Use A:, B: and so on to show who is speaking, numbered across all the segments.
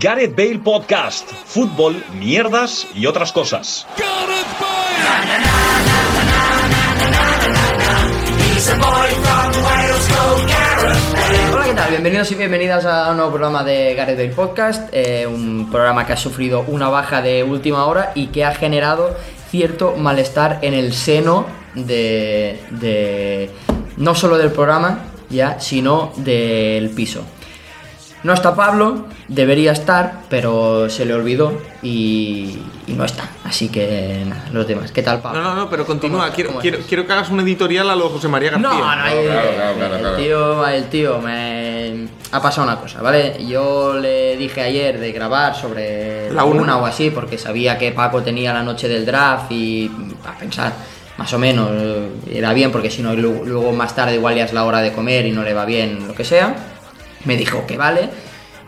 A: Gareth Bale Podcast, fútbol, mierdas y otras cosas.
B: Hola, ¿qué tal? Bienvenidos y bienvenidas a un nuevo programa de Gareth Bale Podcast, eh, un programa que ha sufrido una baja de última hora y que ha generado cierto malestar en el seno de, de- no solo del programa, ya, sino del piso. No está Pablo, debería estar, pero se le olvidó y, y no está. Así que nada, los demás. ¿Qué tal, Pablo?
C: No, no, no, pero continúa.
B: ¿Cómo-
C: Quiero,
B: cómo
C: quiero,
B: estás?
C: quiero que hagas un editorial a lo José María García.
B: No, no,
D: No,
B: eh,
D: claro, claro, claro,
B: el
D: claro.
B: tío, el tío me ha pasado una cosa, ¿vale? Yo le dije ayer de grabar sobre
C: La una.
B: o así, porque sabía que Paco tenía la noche del draft y mm, a pensar, más o menos, eh, era bien, porque si no, lu- luego más tarde igual ya es la hora de comer y no le va bien, lo que sea. Me dijo que vale.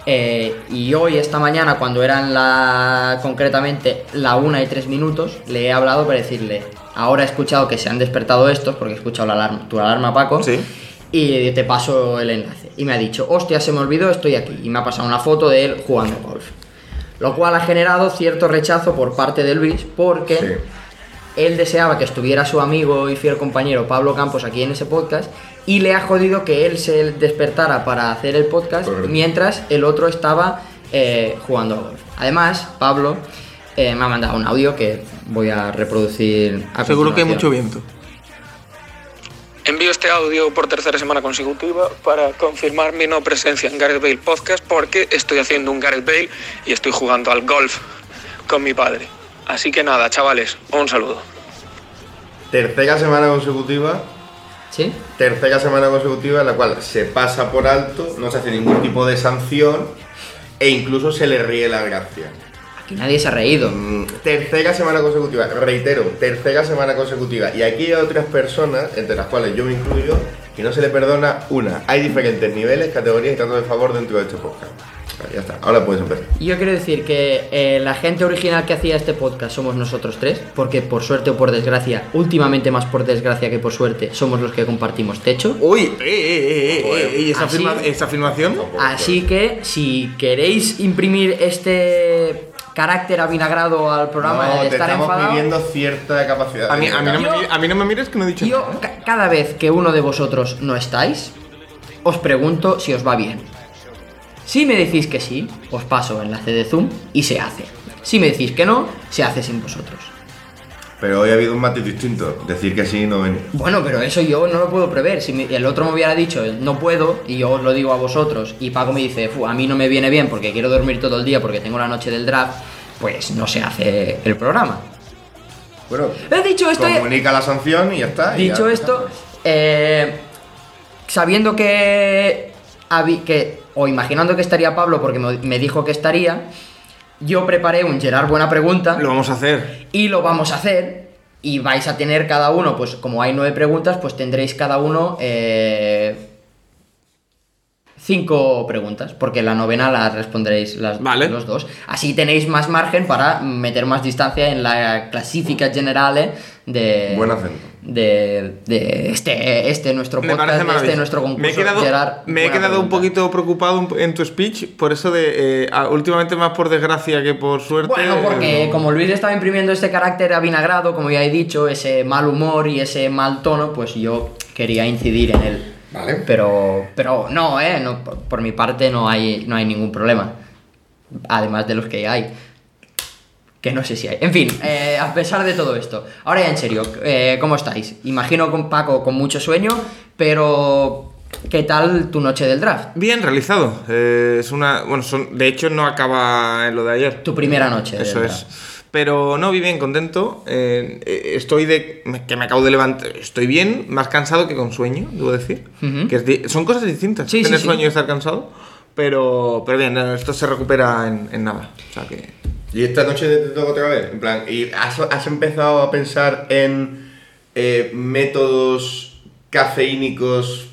B: eh, y hoy, esta mañana, cuando eran la, concretamente la una y tres minutos, le he hablado para decirle, ahora he escuchado que se han despertado estos, porque he escuchado la alarma, tu alarma, Paco.
C: Sí.
B: Y te paso el enlace. Y me ha dicho, hostia, se me olvidó, estoy aquí. Y me ha pasado una foto de él jugando al golf. Lo cual ha generado cierto rechazo por parte de Luis porque
D: Sí.
B: él deseaba que estuviera su amigo y fiel compañero Pablo Campos aquí en ese podcast y le ha jodido que él se despertara para hacer el podcast
D: Correcto.
B: mientras el otro estaba eh, jugando al golf. Además, Pablo eh, me ha mandado un audio que voy a reproducir. a
C: Seguro que hay
B: continuación.
C: mucho viento.
E: Envío este audio por tercera semana consecutiva para confirmar mi no presencia en Gareth Bale Podcast porque estoy haciendo un Gareth Bale y estoy jugando al golf con mi padre. Así que nada, chavales, un saludo.
D: Tercera semana consecutiva,
B: ¿Sí?
D: tercera semana consecutiva en la cual se pasa por alto, no se hace ningún tipo de sanción e incluso se le ríe la gracia.
B: Aquí nadie se ha reído.
D: Mm, Tercera semana consecutiva, reitero, tercera semana consecutiva. Y aquí hay otras personas, entre las cuales yo me incluyo, que no se le perdona una. Hay diferentes niveles, categorías y trato de favor dentro de este podcast. Vale, ya está, ahora puedes empezar.
B: Yo quiero decir que eh, la gente original que hacía este podcast somos nosotros tres, porque por suerte o por desgracia, últimamente más por desgracia que por suerte, somos los que compartimos techo.
C: Uy, eh, eh, eh, eh, eh, eh, ¿y esa,
B: Así-
C: afirma- esa afirmación?
B: Así que si queréis imprimir este carácter avinagrado al programa
D: No,
B: de
D: te
B: estar
D: estamos
B: enfadado,
D: pidiendo cierta capacidad.
C: A mí,
D: de
C: a mí no me,
D: vocabulario.
C: mi- a mí no me mires que no he dicho
B: yo
C: nada. ¿eh?
B: ca- cada vez que uno de vosotros no estáis, os pregunto si os va bien. Si me decís que sí, os paso enlace de Zoom y se hace. Si me decís que no, se hace sin vosotros.
D: Pero hoy ha habido un matiz distinto. Decir que sí no venir.
B: Bueno, pero eso yo no lo puedo prever. Si me- el otro me hubiera dicho no puedo y yo os lo digo a vosotros y Paco me dice "Fu, a mí no me viene bien porque quiero dormir todo el día porque tengo la noche del draft, pues no se hace el programa.
D: Bueno,
B: He dicho esto.
D: comunica la sanción y ya está. y
B: Dicho
D: ya-
B: esto, eh, sabiendo que, habi- que- o imaginando que estaría Pablo porque me, me dijo que estaría, yo preparé un Gerard buena pregunta
C: Lo vamos a hacer.
B: y lo vamos a hacer. Y vais a tener cada uno, pues como hay nueve preguntas, pues tendréis cada uno eh, cinco preguntas, porque la novena la responderéis las,
C: Vale.
B: los dos. Así tenéis más margen para meter más distancia en la clasifica general de,
D: Buen acento.
B: de, de este, este nuestro
C: Me
B: podcast,
C: parece
B: de este
C: maravilloso.
B: nuestro concurso.
C: me he quedado,
B: Gerard,
C: me he
B: buena
C: quedado un
B: pregunta.
C: poquito preocupado en tu speech por eso de eh, ah, últimamente más por desgracia que por suerte.
B: Bueno, porque
C: eh,
B: como Luis estaba imprimiendo este carácter avinagrado, como ya he dicho, ese mal humor y ese mal tono, pues yo quería incidir en él.
D: Vale.
B: Pero, pero no, ¿eh? No, por, por mi parte no hay, no hay ningún problema. Además de los que ya hay. Que no sé si hay. En fin, eh, a pesar de todo esto. Ahora ya en serio, eh, ¿cómo estáis? Imagino con Paco con mucho sueño, pero ¿qué tal tu noche del draft?
C: Bien realizado. Eh, es una. Bueno, son, de hecho no acaba en lo de ayer.
B: Tu primera noche. del
C: Eso
B: draft.
C: es. Pero no, vi bien contento. eh, eh, estoy de. me- que me acabo de levantar. Estoy bien, más cansado que con sueño, debo decir.
B: Ujú.
C: que es di- son cosas distintas.
B: Sí, sí,
C: tener
B: sí.
C: sueño y estar cansado. Pero, pero bien, no, esto se recupera en, en nada. O sea que.
D: ¿Y esta noche te toca otra vez? En plan, ¿y has, has empezado a pensar en eh, métodos cafeínicos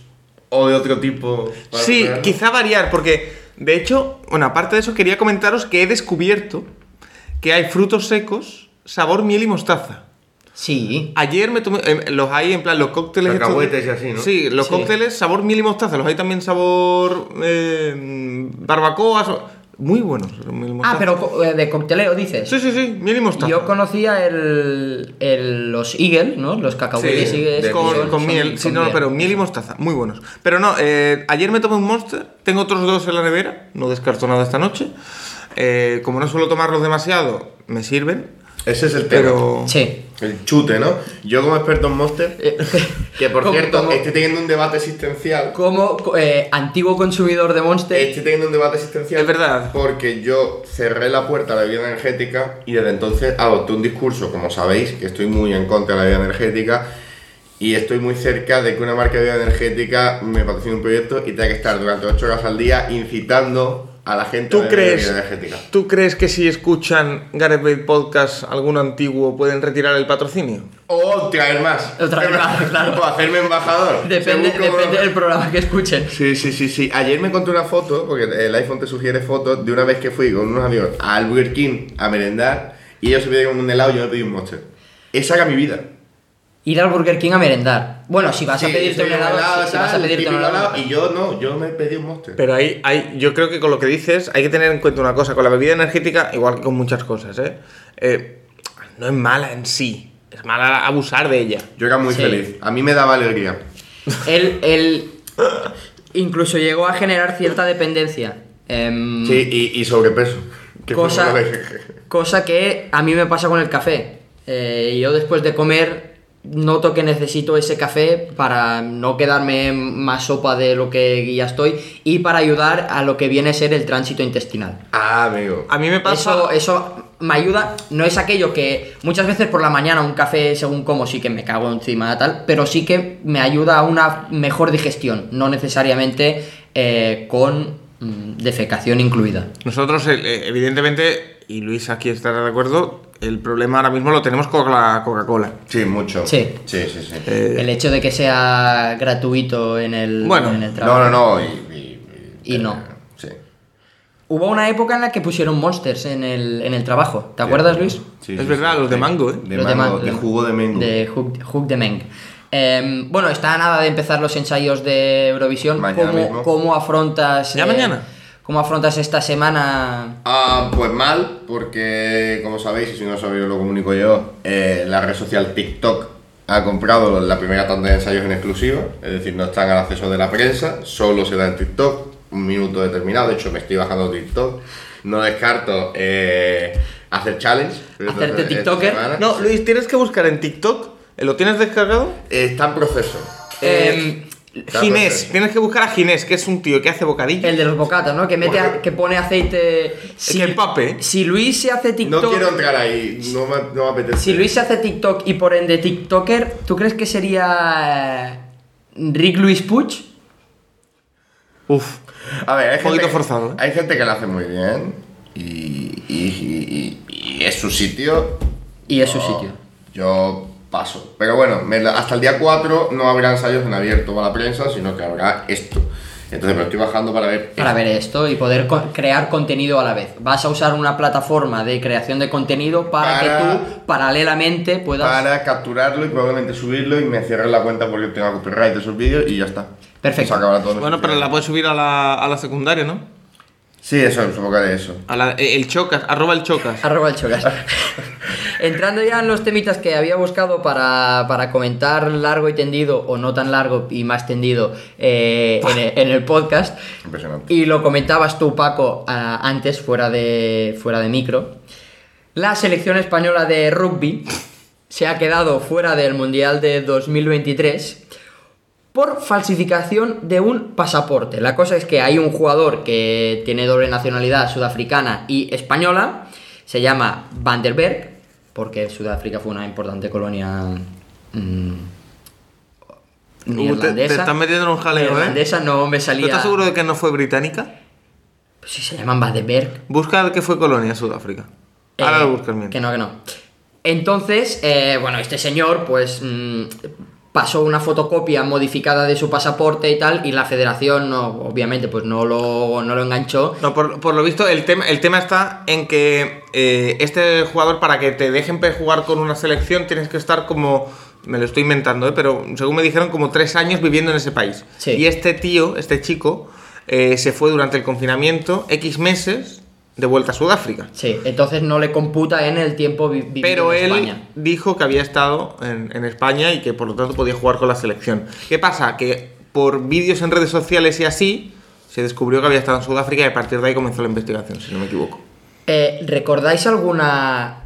D: o de otro tipo? para
C: Sí,
D: prepararlo?
C: quizá variar, porque de hecho, bueno, aparte de eso, quería comentaros que he descubierto que hay frutos secos, sabor miel y mostaza.
B: Sí.
C: Ayer me tomé. eh, los hay en plan, los cócteles. estos-
D: Cacahuetes y así, ¿no?
C: Sí, los
B: Sí.
C: cócteles sabor miel y mostaza. Los hay también sabor. eh, barbacoa. so- Muy buenos. miel y
B: Ah,
C: mostaza.
B: pero co- eh, de cocteleo dices.
C: Sí, sí, sí, miel y mostaza.
B: Yo conocía el, el- los Eagle, ¿no? Los cacahuetes
D: Sí,
B: Eagle.
D: de
B: que
C: con,
B: son-
C: con
B: son-
C: miel, sí,
B: son
C: no, no, pero miel y mostaza, muy buenos. Pero no, eh, ayer me tomé un Monster, tengo otros dos en la nevera, no descarto nada esta noche. Eh, como no suelo tomarlos demasiado, me sirven,
D: Ese es el tema.
C: pero...
B: Sí.
D: El chute, ¿no? Yo como experto en Monster, eh, que por
B: Como-
D: cierto, este-
B: como-
D: estoy teniendo un debate existencial.
B: Como co- eh, antiguo consumidor de Monster.
D: Estoy teniendo un debate existencial.
C: Es verdad.
D: Porque yo cerré la puerta a la bebida energética y desde entonces adopté un discurso, como sabéis, que estoy muy en contra de la bebida energética y estoy muy cerca de que una marca de bebida energética me patrocine un proyecto y tenga que estar durante 8 horas al día incitando a la gente a
C: ¿Tú
D: beber
C: crees,
D: bebida energética.
C: ¿Tú crees que si escuchan Gareth Bale Podcast, algún antiguo, pueden retirar el patrocinio?
D: O traer más.
B: O traer más, claro.
D: O hacerme embajador.
B: Depende,
D: Según cómo-
B: depende del programa que escuchen.
D: Sí, sí, sí, sí. Ayer me encontré una foto, porque el iPhone te sugiere fotos, de una vez que fui con unos amigos al Burger King a merendar y ellos se pidieron un helado y yo me pedí un monster. Esa era mi vida.
B: Ir al Burger King a merendar. Bueno, si vas a
D: Sí,
B: pedirte
D: se
B: un
D: pidió
B: helado, si vas a
D: tal,
B: pedirte un
D: típico
B: helado.
D: Y yo no, yo me pedí un monster.
C: Pero ahí, ahí, yo creo que con lo que dices hay que tener en cuenta una cosa, con la bebida energética, igual que con muchas cosas, ¿eh? Eh, no es mala en sí, es mala abusar de ella.
D: yo era muy
B: Sí.
D: feliz. A mí me daba alegría.
B: Él, él incluso llegó a generar cierta dependencia. Em,
D: Sí, y, y sobrepeso. que fue
B: cosa,
D: una vez.
B: cosa que a mí me pasa con el café. Eh, yo después de comer noto que necesito ese café para no quedarme más sopa de lo que ya estoy y para ayudar a lo que viene a ser el tránsito intestinal.
D: Ah, amigo.
C: A mí me pasa...
B: Eso, eso me ayuda, no es aquello que muchas veces por la mañana un café según como sí que me cago encima tal, pero sí que me ayuda a una mejor digestión, no necesariamente eh, con mm, defecación incluida.
C: Nosotros, eh, eh, evidentemente, y Luis aquí estará de acuerdo, el problema ahora mismo lo tenemos con la Coca-Cola.
D: Sí, mucho.
B: Sí.
D: Sí, sí, sí.
C: Eh,
B: El hecho de que sea gratuito en el,
C: Bueno,
B: en el trabajo.
D: no, no, no. Y, y- eh,
B: Y no.
D: Sí.
B: Hubo una época en la que pusieron monsters en el, en el trabajo. ¿Te acuerdas, Luis?
D: Sí,
C: Es
D: sí,
C: verdad,
D: sí.
C: los de mango, ¿eh?
D: De
B: Los
D: mango,
B: man-
D: de jugo de mango.
B: De Hug, Hug de Meng. Em, bueno, está a nada de empezar los ensayos de Eurovisión.
D: Mañana
B: ¿Cómo,
D: mismo.
B: cómo afrontas. eh,
C: ¿Ya mañana?
B: ¿Cómo afrontas esta semana?
D: Ah, pues mal, porque como sabéis, y si no sabéis lo comunico yo, eh, la red social TikTok ha comprado la primera tanda de ensayos en exclusiva, es decir, no están al acceso de la prensa, solo se da en TikTok, un minuto determinado, de hecho me estoy bajando TikTok, no descarto eh, hacer challenge.
B: Hacerte
D: esta
B: tiktoker.
D: semana.
C: No, Luis, tienes que buscar en TikTok, eh, ¿lo tienes descargado?
D: Está en proceso.
B: Em,
D: Eh, está
C: Ginés,
D: perfecto.
C: tienes que buscar a Ginés, que es un tío que hace bocadillo.
B: el de los bocatas, ¿no? Que, mete a- que pone aceite. Si,
C: que empape.
B: Si Luis se hace
D: No
B: TikTok.
D: quiero entrar ahí, no me, no me apetece.
B: Si Luis se hace TikTok y por ende TikToker, ¿tú crees que sería eh, Rick Luis Puch?
C: Uf,
D: A ver, hay
C: Un poquito
D: gente,
C: forzado, ¿eh?
D: Hay gente que lo hace muy bien y, y- y- y es su sitio.
B: Y es su sitio.
D: Yo paso. Pero bueno, me la- hasta el día 4 no habrá ensayos en abierto para la prensa, sino que habrá esto. Entonces me lo estoy bajando para ver.
B: Para ver esto y poder co- crear contenido a la vez. Vas a usar una plataforma de creación de contenido para,
D: Para-
B: que tú paralelamente puedas...
D: Para capturarlo y probablemente subirlo y me cierren la cuenta porque tengo copyright de esos vídeos y ya está.
B: Perfecto.
D: Se acabará todo. este
C: bueno, pero la puedes subir a la, a la secundaria, ¿no?
D: Sí, eso, supongo que haré eso.
C: A la, eh, el chocas, arroba el chocas.
B: Arroba el Chocas. Entrando ya en los temitas que había buscado para, para comentar largo y tendido, o no tan largo y más tendido, eh, en, el- en el podcast.
D: Impresionante.
B: Y lo comentabas tú, Paco, a- antes, fuera de, fuera de micro. La selección española de rugby se ha quedado fuera del Mundial de 2023 por falsificación de un pasaporte. La cosa es que hay un jugador que tiene doble nacionalidad sudafricana y española, se llama Vanderberg, porque Sudáfrica fue una importante colonia mm,
C: te- te
B: neerlandesa.
C: estás metiendo en un jaleo, ¿eh?
B: Neerlandesa, no me
C: ¿Tú
B: salía.
C: estás seguro de que no fue británica?
B: Si pues se llaman Vandenberg.
C: Busca el que fue colonia Sudáfrica. Ahora
B: Eh,
C: lo buscas bien.
B: Que no, que no. Entonces, eh, bueno, este señor, pues. mm, pasó una fotocopia modificada de su pasaporte y tal, y la federación no, obviamente, pues no lo, no lo enganchó.
C: No, por, por lo visto, el tema, el tema está en que eh, este jugador, para que te dejen pe- jugar con una selección, tienes que estar como. Me lo estoy inventando, ¿eh? pero según me dijeron, como tres años viviendo en ese país.
B: Sí.
C: Y este tío, este chico, eh, se fue durante el confinamiento X meses de vuelta a Sudáfrica.
B: Sí, entonces no le computa en el tiempo vi- vivido
C: Pero
B: en
C: él
B: España.
C: dijo que había estado en, en España y que por lo tanto podía jugar con la selección. ¿Qué pasa? Que por vídeos en redes sociales y así se descubrió que había estado en Sudáfrica y a partir de ahí comenzó la investigación, si no me equivoco.
B: Eh, ¿Recordáis alguna...?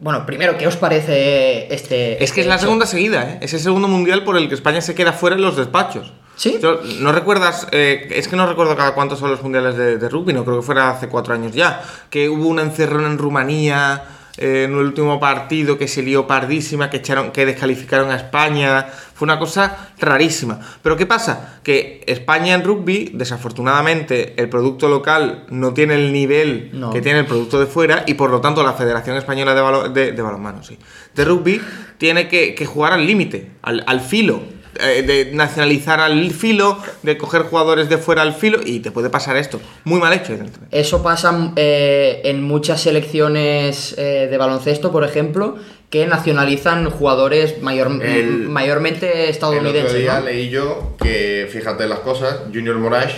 B: Bueno, primero, ¿qué os parece este...?
C: Es que es la
B: hecho?
C: segunda seguida, ¿eh? es el segundo mundial por el que España se queda fuera en los despachos.
B: ¿Sí?
C: Yo- ¿No recuerdas? eh, es que no recuerdo cada cuántos son los mundiales de, de rugby, no creo que fuera hace cuatro años ya. Que hubo un encerrón en Rumanía eh, en el último partido que se lió pardísima, que, echaron, que descalificaron a España. Fue una cosa rarísima. Pero ¿qué pasa? Que España en rugby, desafortunadamente, el producto local no tiene el nivel
B: No.
C: que tiene el producto de fuera y por lo tanto la Federación Española de, Balo- de, de Balonmano, sí, de Rugby, tiene que, que jugar al límite, al, al filo, eh, de nacionalizar al filo, de coger jugadores de fuera al filo y te puede pasar esto. Muy mal hecho, evidentemente.
B: Eso pasa eh, en muchas selecciones eh, de baloncesto, por ejemplo, que nacionalizan jugadores mayor-
D: El-
B: mayormente
D: El otro
B: estadounidenses.
D: día
B: ¿no?
D: leí yo que, fíjate las cosas, Junior Morash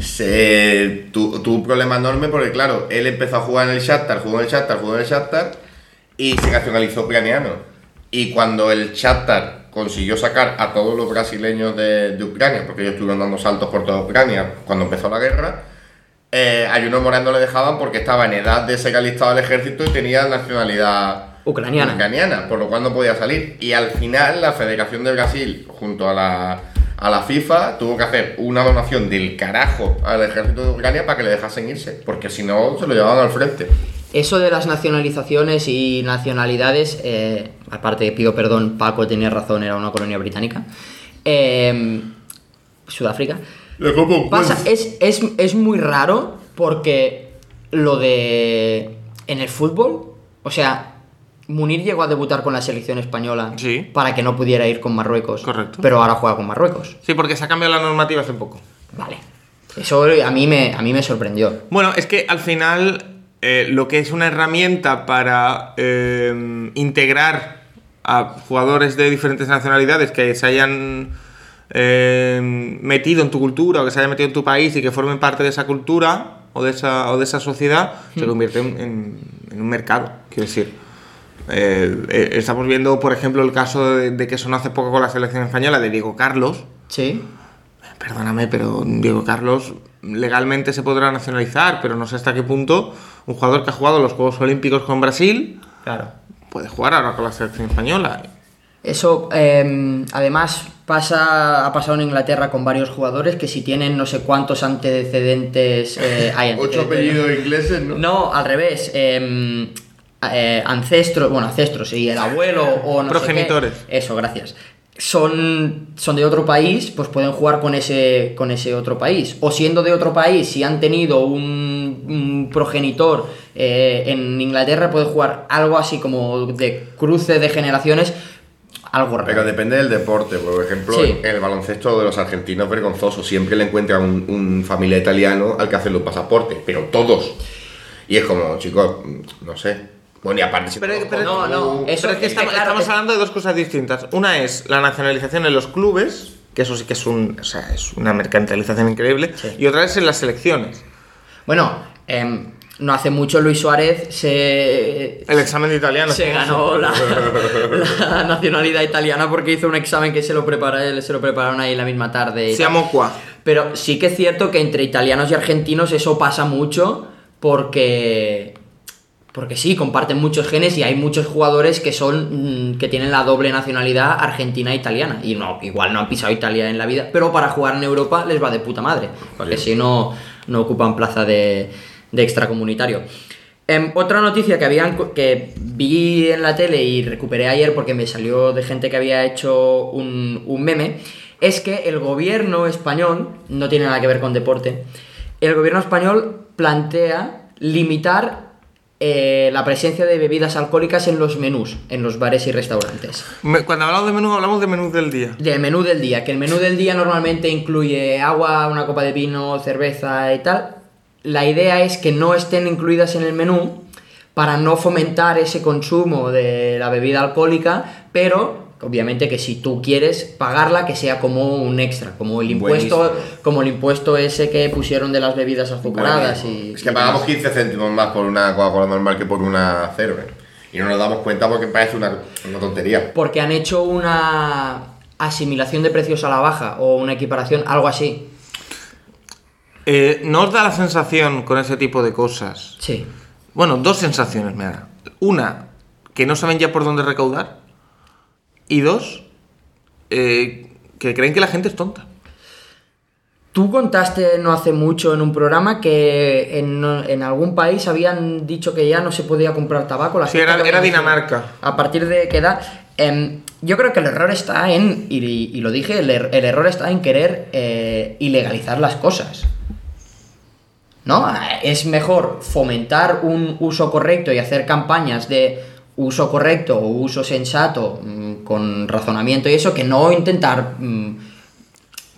D: se, tu- tuvo un problema enorme porque, claro, él empezó a jugar en el Shakhtar, jugó en el Shakhtar, jugó en el Shakhtar y se nacionalizó ucraniano. Y cuando el Shakhtar consiguió sacar a todos los brasileños de, de Ucrania, porque ellos estuvieron dando saltos por toda Ucrania cuando empezó la guerra, eh, a Junior Moraes no le dejaban porque estaba en edad de ser alistado al ejército y tenía nacionalidad
B: Ucraniana.
D: ucraniana, por lo cual no podía salir. Y al final la Federación de Brasil, junto a la, a la FIFA, tuvo que hacer una donación del carajo al ejército de Ucrania para que le dejasen irse, porque si no se lo llevaban al frente.
B: Eso de las nacionalizaciones y nacionalidades, eh, aparte pido perdón, Paco tenía razón, era una colonia británica. Eh, Sudáfrica. Pasa,
C: Pues-
B: es, es, es muy raro porque lo de. En el fútbol, o sea, Munir llegó a debutar con la selección española
C: Sí.
B: para que no pudiera ir con Marruecos.
C: Correcto.
B: Pero ahora juega con Marruecos.
C: Sí, porque se ha cambiado la normativa hace poco.
B: Vale. Eso a mí me, a mí me sorprendió.
C: Bueno, es que al final eh, lo que es una herramienta para eh, integrar a jugadores de diferentes nacionalidades que se hayan eh, metido en tu cultura o que se hayan metido en tu país y que formen parte de esa cultura o de esa, o de esa sociedad, se convierte en, en- en un mercado, quiero decir. Eh, eh, estamos viendo, por ejemplo, el caso de, de que sonó hace poco con la selección española de Diego Carlos,
B: Sí.
C: Perdóname, pero Diego Carlos legalmente se podrá nacionalizar, pero no sé hasta qué punto un jugador que ha jugado los Juegos Olímpicos con Brasil
B: Claro.
C: puede jugar ahora con la selección española.
B: Eso, eh, además, pasa, ha pasado en Inglaterra con varios jugadores que si tienen no sé cuántos antecedentes. eh, hay
D: Ocho
B: antecedentes, ¿no?
D: apellidos ingleses, ¿no?
B: No, al revés. eh, eh, ancestros, bueno, ancestros y el abuelo o no sé
C: Progenitores.
B: qué. Eso, gracias. Son, son de otro país, pues pueden jugar con ese, con ese otro país. O siendo de otro país, si han tenido un, un progenitor eh, en Inglaterra, pueden jugar algo así como de cruce de generaciones, algo raro.
D: Pero depende del deporte, por ejemplo,
B: Sí.
D: en el baloncesto de los argentinos es vergonzoso. Siempre le encuentran un, un familia italiano al que hacen los pasaportes, pero todos. Y es como, chicos, no sé. Bueno, y aparte, si
C: Pero-
D: todos
C: pero-
D: con-
B: no, no, eso-
C: pero es que
B: es que
C: estamos,
B: claro,
C: estamos
B: es-
C: hablando de dos cosas distintas. Una es la nacionalización en los clubes, que eso sí que es, un, o sea, es una mercantilización increíble,
B: Sí.
C: y otra es en las selecciones.
B: Bueno, em, no hace mucho Luis Suárez se,
C: El examen de italiano.
B: se ganó la, la nacionalidad italiana porque hizo un examen que se lo, prepara, él- se lo prepararon ahí la misma tarde. y
C: Se
B: tal.
C: llamó Cuá.
B: Pero sí que es cierto que entre italianos y argentinos eso pasa mucho porque... Porque sí, comparten muchos genes y hay muchos jugadores que son mm, que tienen la doble nacionalidad argentina e italiana. Y no, igual no han pisado Italia en la vida, pero para jugar en Europa les va de puta madre. Porque si no, no ocupan plaza de, de extracomunitario. Em, otra noticia que, habían, co- que vi en la tele y recuperé ayer porque me salió de gente que había hecho un, un meme, es que el gobierno español, no tiene nada que ver con deporte, el gobierno español plantea limitar eh, la presencia de bebidas alcohólicas en los menús, en los bares y restaurantes.
C: Me- Cuando hablamos de menú, hablamos de menú del día.
B: Del menú del día, que el menú del día normalmente incluye agua, una copa de vino, cerveza y tal. La idea es que no estén incluidas en el menú para no fomentar ese consumo de la bebida alcohólica, pero Obviamente que si tú quieres pagarla, que sea como un extra, como el impuesto,
D: Buenísimo.
B: como el impuesto ese que pusieron de las bebidas azucaradas
D: Buenísimo.
B: y.
D: Es que
B: y
D: pagamos
B: demás.
D: 15 céntimos más por una Coca-Cola normal que por una Cerve. Y no nos damos cuenta porque parece una, una tontería.
B: Porque han hecho una asimilación de precios a la baja o una equiparación, algo así.
C: Eh, ¿No os da la sensación con ese tipo de cosas?
B: Sí.
C: Bueno, dos sensaciones me da. Una, que no saben ya por dónde recaudar. Y dos, eh, que creen que la gente es tonta.
B: Tú contaste no hace mucho en un programa que en, en algún país habían dicho que ya no se podía comprar tabaco. La
C: Sí,
B: gente
C: era-
B: que
C: era
B: había dicho,
C: Dinamarca.
B: ¿A partir de qué edad? Em, yo creo que el error está en, y, y lo dije, el, er- el error está en querer eh, ilegalizar las cosas. ¿No? Es mejor fomentar un uso correcto y hacer campañas de uso correcto o uso sensato mm, con razonamiento y eso que no intentar... mm,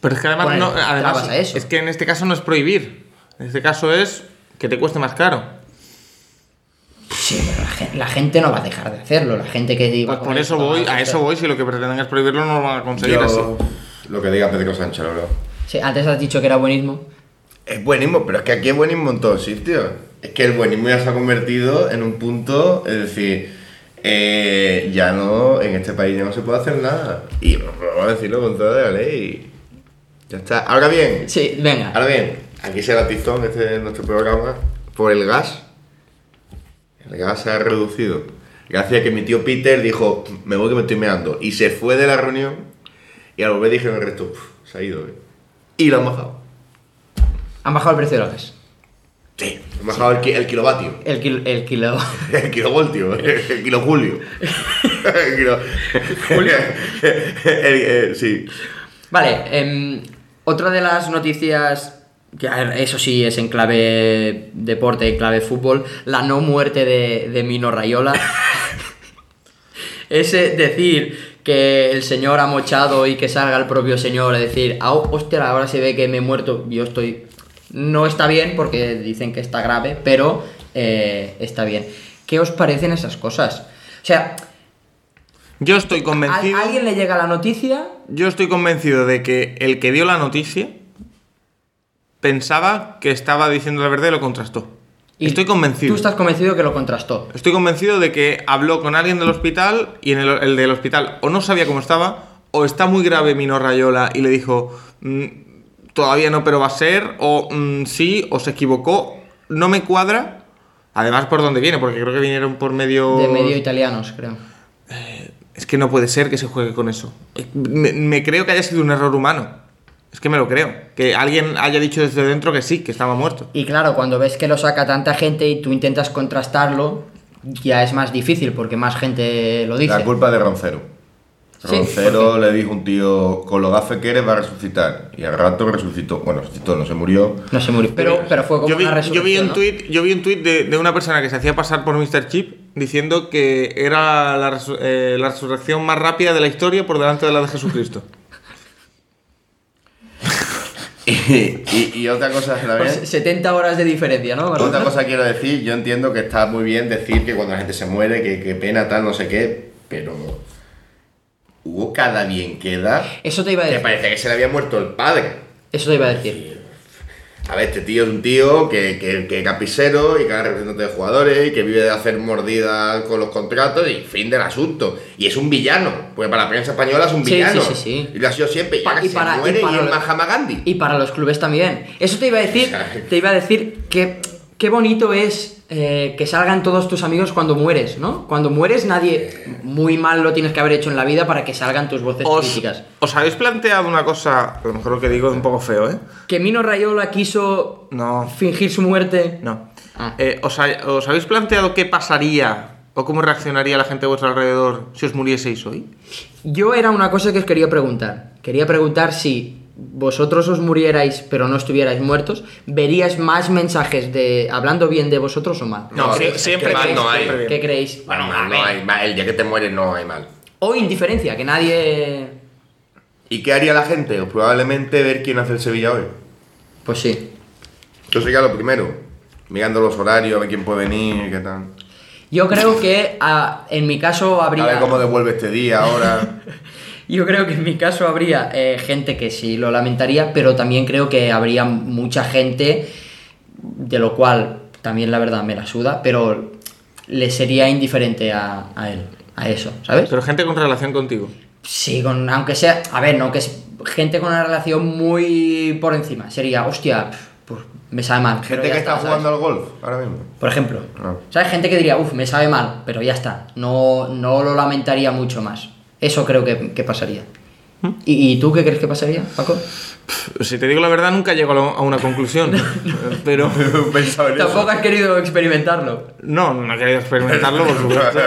C: Pero es que además,
B: Poner
C: no- además,
B: trabas a eso.
C: es que en este caso no es prohibir. En este caso es que te cueste más caro.
B: Sí, pero la gen- la gente, no va a dejar de hacerlo. La gente que diga.
C: Pues por eso voy, a eso voy. Si lo que pretenden es prohibirlo, no lo van a conseguir así.
D: Yo- lo que diga Pedro Sánchez, la verdad.
B: Sí, antes has dicho que era buenismo.
D: Es buenismo, pero es que aquí es buenismo en todos sitios. Es que el buenismo ya se ha convertido en un punto, es decir, eh, ya no, en este país ya no se puede hacer nada. Y vamos a decirlo con toda la ley. Ya está. Ahora bien,
B: Sí, venga.
D: ahora bien, aquí será Tizón, este es nuestro programa, por el gas. El gas se ha reducido. Gracias a que mi tío Peter dijo, me voy que me estoy meando. Y se fue de la reunión y al volver dijeron el resto, "Uf, se ha ido. eh". Y lo han bajado.
B: Han bajado el precio de los gas.
D: Sí, he bajado el, ki- el kilovatio,
B: El, kil- el kilo.
D: el kilovoltio, ¿eh? el kilojulio. El kilo... El- eh, sí.
B: Vale, em, otra de las noticias. Que a ver, eso sí es en clave deporte, en clave fútbol. La no muerte de, de Mino Rayola. es eh, decir que el señor ha mochado y que salga el propio señor a decir, ah, hostia, ahora se ve que me he muerto, yo estoy... No está bien porque dicen que está grave, pero eh, está bien. ¿Qué os parecen esas cosas? O sea,
C: Yo estoy
B: a,
C: convencido.
B: a alguien le llega la noticia,
C: Yo estoy convencido de que el que dio la noticia pensaba que estaba diciendo la verdad y lo contrastó.
B: Y
C: estoy convencido.
B: tú estás convencido que lo contrastó.
C: Estoy convencido de que habló con alguien del hospital y en el, el del hospital o no sabía cómo estaba o está muy grave Mino Rayola y le dijo "Mm, todavía no pero va a ser o "Mm, sí o se equivocó. No me cuadra. Además por dónde viene porque creo que vinieron por medio...
B: De medio italianos, creo.
C: Es que no puede ser que se juegue con eso. Me, me creo que haya sido un error humano. Es que me lo creo. Que alguien haya dicho desde dentro que sí, que estaba muerto.
B: Y claro, cuando ves que lo saca tanta gente y tú intentas contrastarlo, ya es más difícil porque más gente lo dice.
D: La culpa de Roncero.
B: Sí,
D: Roncero le dijo a un tío, con lo gafe que eres va a resucitar. Y al rato resucitó. Bueno, resucitó, no se murió.
B: No se murió, pero, pero fue como
C: Yo vi,
B: una
C: yo vi
B: resurrección,
C: un
B: ¿no?
C: tuit, yo vi un tuit de, de una persona que se hacía pasar por Mr. Chip diciendo que era la, resu- eh, la resurrección más rápida de la historia por delante de la de Jesucristo.
D: Y, y- y otra cosa también.
C: ¿eh?
B: Pues 70 horas de diferencia, ¿no?
D: Otra cosa quiero decir, yo entiendo que está muy bien decir que cuando la gente se muere, que, que pena, tal, no sé qué, pero hubo cada bien queda
B: Eso te iba a
D: que
B: decir.
D: parecía que se le había muerto el padre.
B: Eso te iba a decir.
D: A ver, este tío es un tío que, que, que es capisero y que es representante de jugadores y que vive de hacer mordidas con los contratos y fin del asunto. Y es un villano, porque para la prensa española es un
B: Sí, sí,
D: villano.
B: sí, sí.
D: Y lo ha sido siempre. Y,
B: Pa-
D: ahora
B: y
D: se
B: para- y
D: muere y,
B: para
D: es
B: lo-
D: Mahama Gandhi.
B: Y para los clubes también. Eso te iba a decir, te iba a decir que qué bonito es eh, que salgan todos tus amigos cuando mueres, ¿no? Cuando mueres nadie muy mal lo tienes que haber hecho en la vida para que salgan tus voces
C: Os,
B: críticas.
C: os habéis planteado una cosa, a lo mejor lo que digo es un poco feo, ¿eh?
B: Que Mino Rayola quiso
C: No.
B: fingir su muerte.
C: No.
B: Ah.
C: Eh, ¿os, ha- os habéis planteado qué pasaría o cómo reaccionaría la gente a vuestro alrededor si os murieseis hoy?
B: Yo era una cosa que os quería preguntar. Quería preguntar si vosotros os murierais pero no estuvierais muertos, ¿veríais más mensajes de hablando bien de vosotros o mal?
C: No, sí,
D: es que
C: siempre
D: mal
C: bien,
D: no hay.
C: siempre bien.
B: ¿Qué creéis?
D: Bueno, mal no hay, mal. El día que te mueres no hay mal.
B: O indiferencia, que nadie...
D: ¿Y qué haría la gente? Pues probablemente ver quién hace el Sevilla hoy.
B: Pues sí.
D: Yo sería lo primero, mirando los horarios, a ver quién puede venir, qué tal.
B: Yo creo que ah, en mi caso habría.
D: A ver cómo devuelve este día ahora.
B: Yo creo que en mi caso habría eh, gente que sí lo lamentaría, pero también creo que habría mucha gente de lo cual también la verdad me la suda, pero le sería indiferente a, a él, a eso, ¿sabes?
C: Pero gente con relación contigo.
B: Sí, con, aunque sea, a ver, no, que es gente con una relación muy por encima, sería, hostia, pf, pues me sabe mal. pero
D: Gente
B: ya
D: que
B: está,
D: está
B: ¿sabes?
D: jugando al golf ahora mismo.
B: Por ejemplo,
D: Ah.
B: ¿sabes? Gente que diría, uff, me sabe mal, pero ya está, no, no lo lamentaría mucho más. Eso creo que, que pasaría. ¿Y, y tú qué crees que pasaría, Paco?
C: Si te digo la verdad, nunca llego a lo- a una conclusión. Pero
D: He pensado en eso.
B: Tampoco has querido experimentarlo.
C: no, no he querido experimentarlo, por supuesto.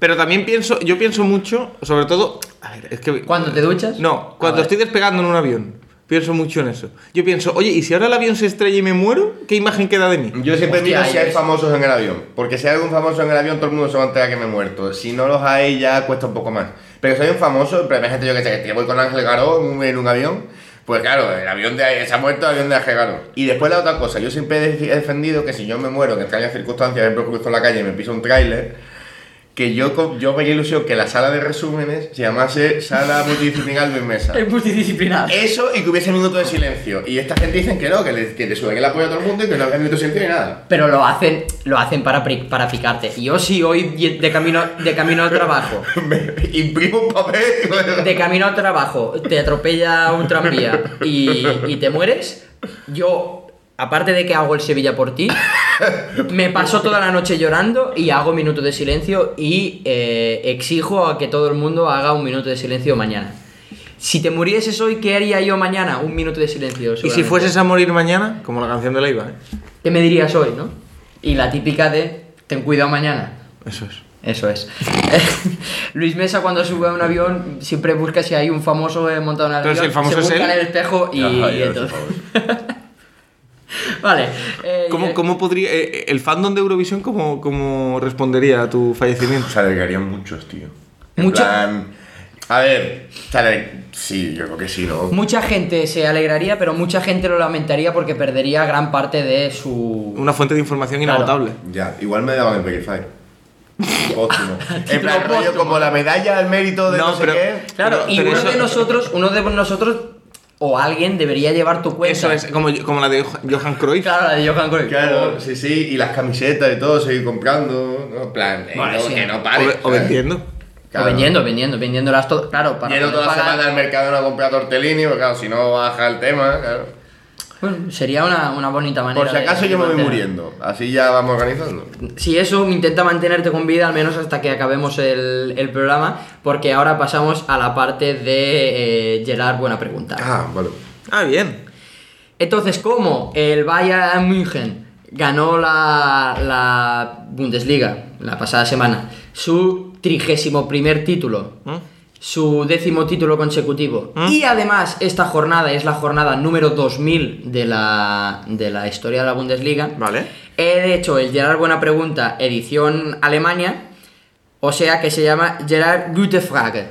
C: Pero también pienso, yo pienso mucho, sobre todo. A ver, es que.
B: ¿Cuándo te duchas? Ah,
C: No, cuando estoy despegando en un avión, pienso mucho en eso. Yo pienso, oye, ¿y si ahora el avión se estrella y me muero? ¿Qué imagen queda de mí?
D: Yo siempre
B: Hostia,
D: miro si
B: ya
D: hay
B: ves.
D: famosos en el avión. Porque si hay algún famoso en el avión, todo el mundo se va a enterar que me he muerto. Si no los hay, ya cuesta un poco más. Pero si hay un famoso, pero imagínate yo que sé, que voy con Ángel Garó en un, en un avión. Pues claro, el avión de, se ha muerto el avión de Ángel Garó. Y después la otra cosa, yo siempre he def- he defendido que si yo me muero, que en extrañas circunstancias, por ejemplo, cruzo la calle y me piso un tráiler, que yo, co- yo me haría ilusión que la sala de resúmenes se llamase Sala Multidisciplinar de Mesa.
B: Es multidisciplinar.
D: Eso y que hubiese un minuto de silencio. Y esta gente dicen que no, que le, que le suben el apoyo a todo el mundo y que no hagan minuto de silencio ni nada.
B: Pero lo hacen, lo hacen para, pri- para picarte. Yo sí hoy y- de camino, de camino al trabajo.
D: Me imprimo un papel. y me-
B: De camino al trabajo, te atropella un tranvía y, y te mueres. Yo, aparte de que hago el Sevilla por ti, me paso toda la noche llorando y hago minuto de silencio y eh, exijo a que todo el mundo haga un minuto de silencio mañana. Si te murieses hoy, ¿qué haría yo mañana? Un minuto de silencio.
C: ¿Y si
B: seguramente.
C: fueses a morir mañana? Como la canción de Leiva, ¿eh?
B: ¿Qué me dirías hoy, no? Y la típica de, ten cuidado mañana.
C: Eso es.
B: Eso es. Luis Mesa cuando sube a un avión siempre busca si hay un famoso eh, montado en el
C: Pero
B: avión.
C: si el famoso
B: se
C: es
B: busca
C: él.
B: en el espejo y,
D: Ajá, ya,
B: y
D: por
B: todo. vale. eh,
C: ¿Cómo,
B: yo-
C: cómo podría. eh, el fandom de Eurovisión, ¿cómo, cómo respondería a tu fallecimiento?
D: Se alegrarían muchos, tío. En
B: ¿Mucho?
D: plan, a ver, se aleg- sí, yo creo que sí, ¿no?
B: Mucha gente se alegraría, pero mucha gente lo lamentaría porque perdería gran parte de su.
C: Una fuente de información
B: Claro.
C: inagotable.
D: Ya, igual me daban el Verify. Póstumo. en
B: Título
D: plan, rollo
B: póstumo.
D: como la medalla al mérito de no,
C: No,
D: sé
C: pero-
D: qué.
B: Claro,
C: Pero-
B: y
C: pero
B: uno
C: eso-
B: de nosotros, uno de nosotros o alguien debería llevar tu cuenta.
C: Eso es, como, como la de Johan Cruyff.
B: Claro, la de Johan Cruyff. Oh,
D: Claro, sí, sí, y las camisetas y todo, seguir comprando. ¿no? En plan, eh,
B: Vale,
D: no,
B: sí.
D: que no
C: O
D: pare.
C: ve- o vendiendo.
B: O vendiendo, vendiendo, vendiéndolas todo. Claro, para
D: Yendo
B: poder
D: toda la
B: pagar-
D: semana al mercado no a comprar tortellini, porque claro, si no baja el tema, claro.
B: Bueno, sería una, una bonita manera.
D: Por si
B: de-
D: acaso
B: de
D: yo me voy
B: mantener.
D: muriendo, así ya vamos organizando.
B: Si eso, intenta mantenerte con vida al menos hasta que acabemos el, el programa, porque ahora pasamos a la parte de eh, Gerard Buena Pregunta.
D: Ah, vale.
C: Ah, bien.
B: Entonces, ¿cómo el Bayern München ganó la, la Bundesliga la pasada semana? Su trigésimo primer título,
C: ¿Mm?
B: su décimo título consecutivo. Y además, esta jornada es la jornada número 2000 de la, de la historia de la Bundesliga.
C: Vale.
B: He hecho el Gerard Buena Pregunta, edición Alemania, o sea que se llama Gerard Gute Frage,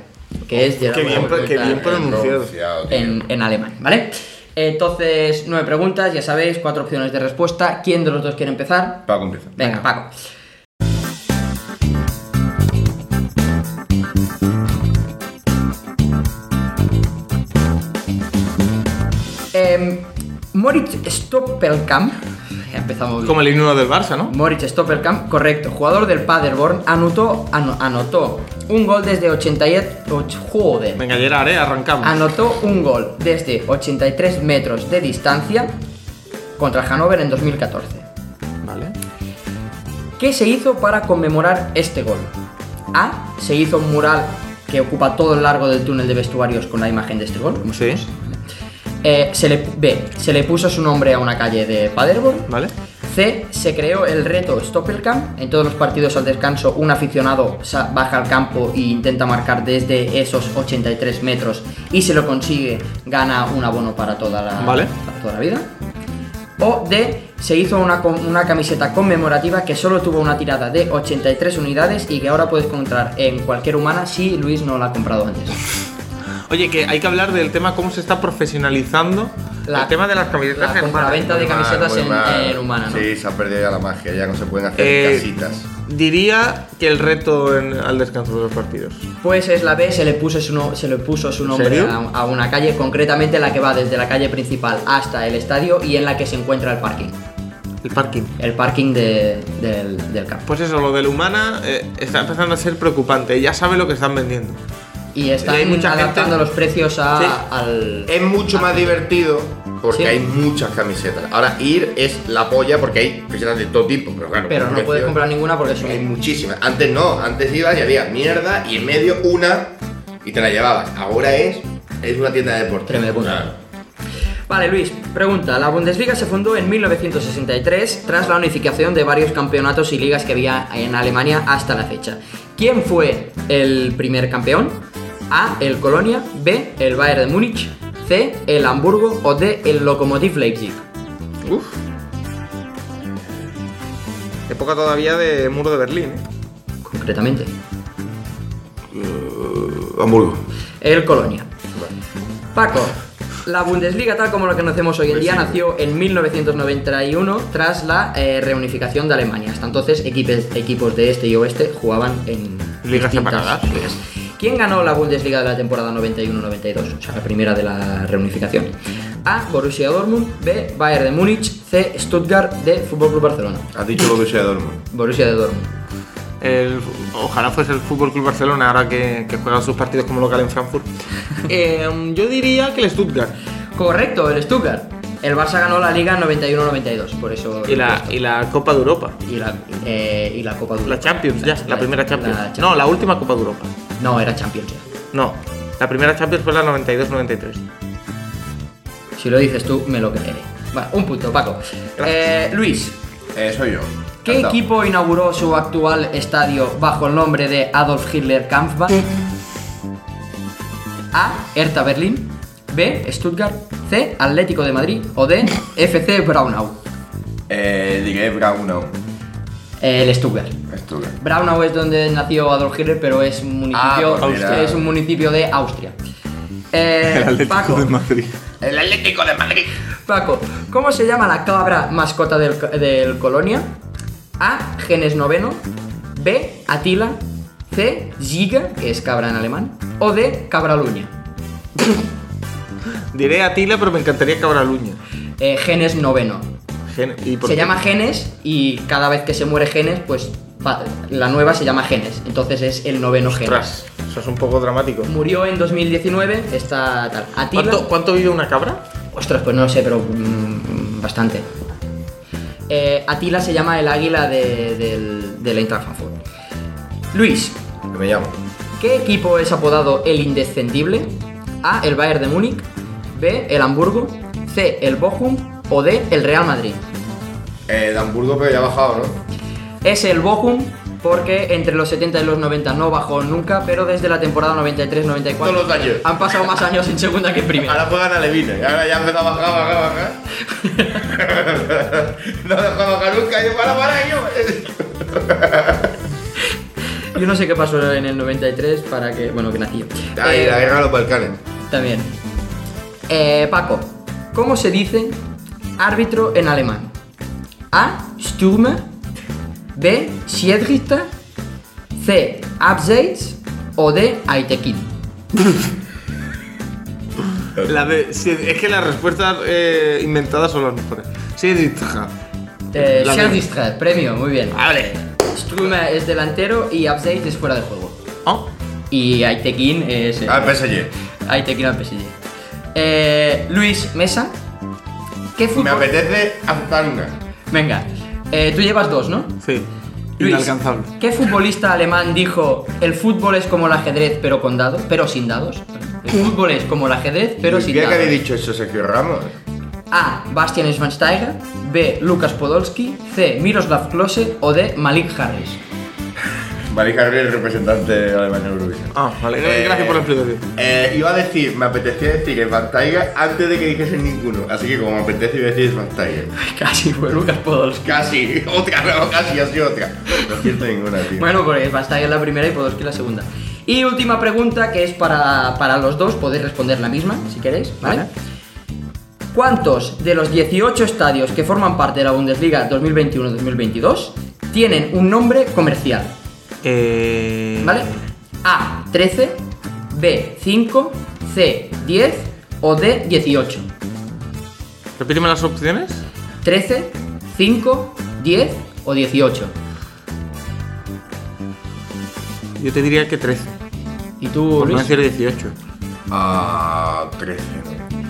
B: que es Gerard
C: Qué
B: Buena
C: bien, pro- qué
B: Pregunta
C: bien pronunciado.
D: tío.
B: en, en alemán, ¿vale? Entonces, nueve preguntas, ya sabéis, cuatro opciones de respuesta. ¿Quién de los dos quiere empezar?
D: Paco empieza.
B: Venga, Paco. Em, Moritz Stoppelkamp. Empezamos bien.
C: Como el himno del Barça, ¿no?
B: Moritz Stoppelkamp, correcto, jugador del Paderborn, anotó, ano- anotó un gol desde 88. och- Joder.
C: Venga, Gerard, ¿eh? Arrancamos.
B: Anotó un gol desde 83 metros de distancia contra Hannover en 2014.
C: Vale.
B: ¿Qué se hizo para conmemorar este gol? A. Se hizo un mural que ocupa todo el largo del túnel de vestuarios con la imagen de este gol. como
C: Sí.
B: sabemos. Eh, se le, B. Se le puso su nombre a una calle de Paderborn.
C: Vale.
B: C. Se creó el reto Stoppelkamp. En todos los partidos al descanso, un aficionado sa- baja al campo e intenta marcar desde esos 83 metros y si lo consigue, gana un abono para toda la,
C: Vale.
B: para toda la vida. O D. Se hizo una, com- una camiseta conmemorativa que solo tuvo una tirada de 83 unidades y que ahora puedes encontrar en cualquier humana si Luis no la ha comprado antes.
C: Oye, que hay que hablar del tema cómo se está profesionalizando
B: la-
C: el tema de las camisetas
B: la
C: en
B: compraventa
C: Humana.
B: de
D: Muy mal,
B: camisetas
D: muy
B: en,
D: mal.
B: en humana, ¿no?
D: Sí, se ha perdido ya la magia, ya no se pueden hacer
C: Eh,
D: casitas.
C: Diría que el reto en- al descanso de los partidos.
B: Pues es la B, se le puso su, no- se le puso su nombre
C: serio?
B: a, a una calle, concretamente la que va desde la calle principal hasta el estadio y en la que se encuentra el parking.
C: El parking.
B: El parking de- del, del campo.
C: Pues eso, lo del humana eh, está empezando a ser preocupante. Ya sabe lo que están vendiendo.
B: Y están
C: Y hay mucha gente-
B: adaptando los precios a-
C: Sí.
B: al.
D: Es mucho más divertido porque
B: Sí.
D: hay muchas camisetas. Ahora, ir es la polla porque hay camisetas de todo tipo, pero claro.
B: Pero
D: por
B: no puedes
D: precio
B: comprar ninguna porque es
D: Hay
B: un.
D: muchísimas. Antes no, antes ibas y había mierda y en medio una y te la llevabas. Ahora es, es una tienda de deportes.
B: Tremendo.
D: Claro.
B: Vale, Luis, pregunta. La Bundesliga se fundó en 1963 tras la unificación de varios campeonatos y ligas que había en Alemania hasta la fecha. ¿Quién fue el primer campeón? A. El Colonia. B. El Bayern de Múnich. C. El Hamburgo. O D. El Lokomotiv Leipzig.
C: Uf. Época todavía de muro de Berlín. ¿eh?
B: Concretamente.
D: Hamburgo.
B: El Colonia. Paco, la Bundesliga tal como la conocemos
C: Pues
B: hoy en día nació en 1991 tras la eh, reunificación de Alemania. Hasta entonces equipes- equipos de este y oeste jugaban en
C: Ligas
B: distintas
C: separadas.
B: ligas. ¿Quién ganó la Bundesliga de la temporada 91-92? O sea, la primera de la reunificación. A. Borussia Dortmund. B. Bayern de Múnich. C. Stuttgart. D. Fútbol Club Barcelona.
D: Has dicho lo que sea Dortmund.
B: Borussia de Dortmund.
C: El- ojalá fuese el Fútbol Club Barcelona ahora que, que juega sus partidos como local en Frankfurt. Eh, yo diría que el Stuttgart.
B: Correcto, el Stuttgart. El Barça ganó la Liga 91-92, por eso.
C: Y la, y la Copa de Europa.
B: y la, eh, y la Copa de
C: La
B: Europa.
C: Champions, ya. La, primera Champions.
B: la
C: No, la última Copa de Europa.
B: No, era Champions. ya.
C: No. La primera Champions fue la 92-93.
B: Si lo dices tú, me lo creeré. Vale, un punto, Paco. Eh, Luis,
D: Eh, soy yo.
B: ¿qué
D: Encantado.
B: equipo inauguró su actual estadio bajo el nombre de Adolf Hitler Kampfbahn? A. Hertha Berlín. B. Stuttgart. C. Atlético de Madrid. O D. FC Braunau.
D: Eh, diré Braunau.
B: El Stuttgart.
D: Estuve.
B: Braunau es donde nació Adolf Hitler, pero es un municipio,
D: pues mira.
B: es un municipio de Austria. Eh, Paco,
F: Madrid.
D: El Atlético de Madrid.
B: Paco, ¿cómo se llama la cabra mascota del, del Colonia? A. Genes noveno. B. Atila. C. Giga, que es cabra en alemán. O D. Cabraluña.
C: Diré Atila, pero me encantaría que ahora Luña.
B: Eh, genes noveno.
C: Gen- ¿y por
B: Se
C: qué?
B: llama Genes y cada vez que se muere Genes, pues va- la nueva se llama Genes. Entonces es el noveno Genes.
C: Ostras, eso es un poco dramático.
B: Murió en 2019, está tal. Atila.
C: ¿Cuánto, cuánto vive una cabra?
B: Ostras, pues no lo sé, pero mm, bastante. Eh, Atila se llama el águila de, del, del Eintracht Frankfurt. Luis,
D: Que me llamo.
B: ¿qué equipo es apodado el indescendible? A. El Bayern de Múnich. B. El Hamburgo. C. El Bochum. O D. El Real Madrid.
D: Eh, de Hamburgo, pero ya ha bajado, ¿no?
B: Es el Bochum porque entre los 70 y los 90 no bajó nunca, pero desde la temporada 93-94
D: Todos los años.
B: han pasado más años en segunda que en primera.
D: Ahora juegan a Levine. Ahora ya empezó a bajar, bajar, bajar. no dejó bajar nunca. Yo, para, para, yo.
B: Yo no sé qué pasó en el 93 para que, bueno, que nací yo.
D: Ay,
B: Eh,
D: la guerra de los Balcanes.
B: También. Eh, Paco, ¿cómo se dice árbitro en alemán? A. Stürmer. B. Schiedsrichter. C. Abseits. O D. Aitekin.
C: La de, sí, es que las respuestas eh, inventadas son las mejores. Sí, Dizja.
B: Eh,
C: La de-
B: Schiedsrichter, premio, muy bien.
D: Ah,
C: Vale.
B: Stürmer es delantero y Abseits es fuera de juego.
C: Oh,
B: Y Aitekin es. eh,
D: Ah, PSG.
B: Aitekin al PSG. Eh, Luis Mesa. ¿Qué fútbol?
D: Me apetece aceptar una.
B: Venga, eh, tú llevas dos, ¿no?
C: sí.
B: Luis,
F: Inalcanzable.
B: ¿Qué futbolista alemán dijo el fútbol es como el ajedrez pero con dados, pero sin dados? El fútbol es como el ajedrez pero sin
D: Mira que había
B: dados.
D: dicho eso Sergio Ramos.
B: A. Bastian Schweinsteiger. B. Lucas Podolski. C. Miroslav Klose. O D. Malik Harris.
D: Malik Harry, el representante de Alemania en Eurovisión.
C: Ah, vale. gra-
D: Eh,
C: Gracias por la explicación.
D: Eh, iba a decir, me apetecía decir el Van Tiger antes de que dijesen ninguno. Así que como me apetece, iba a decir Van Tiger.
B: Casi fue Lucas Podolski.
D: Casi, otra, no, casi, así otra. No siento ninguna, tío.
B: Bueno, pues porque Schweinsteiger la primera y Podolski la segunda. Y última pregunta que es para, para los dos, podéis responder la misma si queréis, ¿vale? ¿Cuántos de los 18 estadios que forman parte de la Bundesliga 2021-2022 tienen un nombre comercial?
C: Eh,
B: ¿Vale? A, 13, B, 5, C, 10 o D, 18.
C: Repíteme las opciones.
B: 13, 5, 10 o 18.
C: Yo te diría que 13.
B: ¿Y tú,
C: Por Pues no
B: Luis?
C: decir 18.
D: Ah, 13.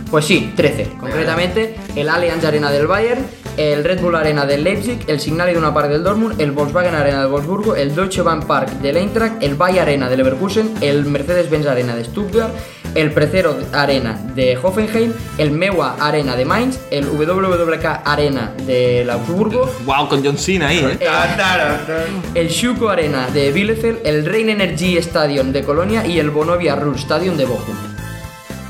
B: Pues sí, 13. Concretamente, el Allianz Arena del Bayern, el Red Bull Arena del Leipzig, el Signal Iduna Park del Dortmund, el Volkswagen Arena del Wolfsburgo, el Deutsche Bahn Park del Eintracht, el Bayer Arena del Leverkusen, el Mercedes-Benz Arena de Stuttgart, el Precero Arena de Hoffenheim, el Mewa Arena de Mainz, el WWK Arena del Augsburgo,
C: Wow, con John Cena ahí, ¿eh?
D: Ta, ta, ta.
B: el Schuko Arena de Bielefeld, el Rhein Energy Stadium de Colonia y el Bonovia Ruhr Stadium de Bochum.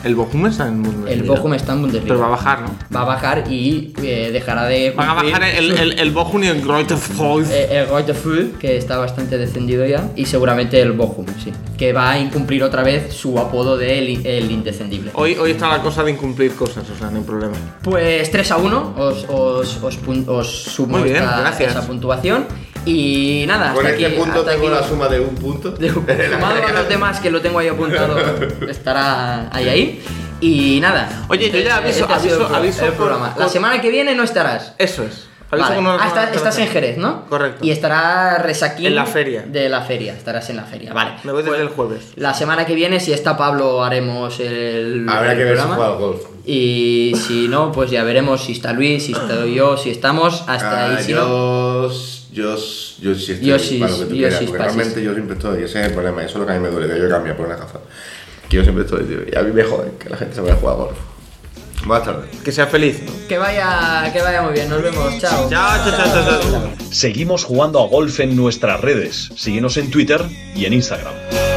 C: El Bochum está en Bundesliga.
B: El Bochum está en Bundesliga.
C: Pues Pero va a bajar, ¿no?
B: va a bajar y eh, dejará de
C: Van a
B: cumplir
C: bajar el, el, el Bochum y el Greutherfeld.
B: eh, el Goethe Fuhl, que está bastante descendido ya, y seguramente el Bochum, sí, que va a incumplir otra vez su apodo de el, el indescendible.
C: Hoy, hoy está la cosa de incumplir cosas, o sea, no hay problema.
B: Pues 3 a 1, os, os, os, pun- os sumo
C: Muy bien,
B: esta-
C: gracias.
B: esa puntuación. Y nada, hasta
D: Con
B: aquí,
D: este punto
B: hasta
D: tengo
B: aquí
D: la
B: lo-
D: suma de un punto.
B: de- sumado a los demás que lo tengo ahí apuntado, estará ahí ahí. Y nada.
C: Oye, yo ya
B: este
C: aviso-
B: ha sido el
C: aviso-
B: pro-
C: aviso
B: el
C: por-
B: programa. La
C: por-
B: semana que viene no estarás.
C: Eso es. Aviso
B: Vale.
C: con una
B: Ah, está-
C: semana
B: estás en
C: atrás.
B: Jerez, ¿no?
C: Correcto.
B: Y estará Resaquín.
C: En la feria.
B: De la feria, estarás en la feria. Vale.
C: Me voy desde
B: Pues,
C: el jueves.
B: La semana que viene, si está Pablo, haremos el.
D: Habrá
B: el
D: que ver si
B: programa.
D: juega al golf.
B: Y si no, pues ya veremos si está Luis, si estoy yo, si estamos. Hasta
D: Ah,
B: ahí, si no.
D: yo, yo, yo sí estoy
B: Yo sí-
D: para lo que tú
B: yo
D: quieras,
B: sí
D: porque
B: pases.
D: realmente yo siempre estoy, ese es el problema, eso es lo que a mí me duele, que yo cambio por una gafa. Que yo siempre estoy, tío, y a mí me jode que la gente se vaya a jugar a golf. Buenas tardes.
C: Que sea feliz.
B: Que vaya, que vaya muy bien, nos vemos, chao.
C: Chao, chao, chao, chao, chao.
A: Seguimos jugando a golf en nuestras redes. Síguenos en Twitter y en Instagram.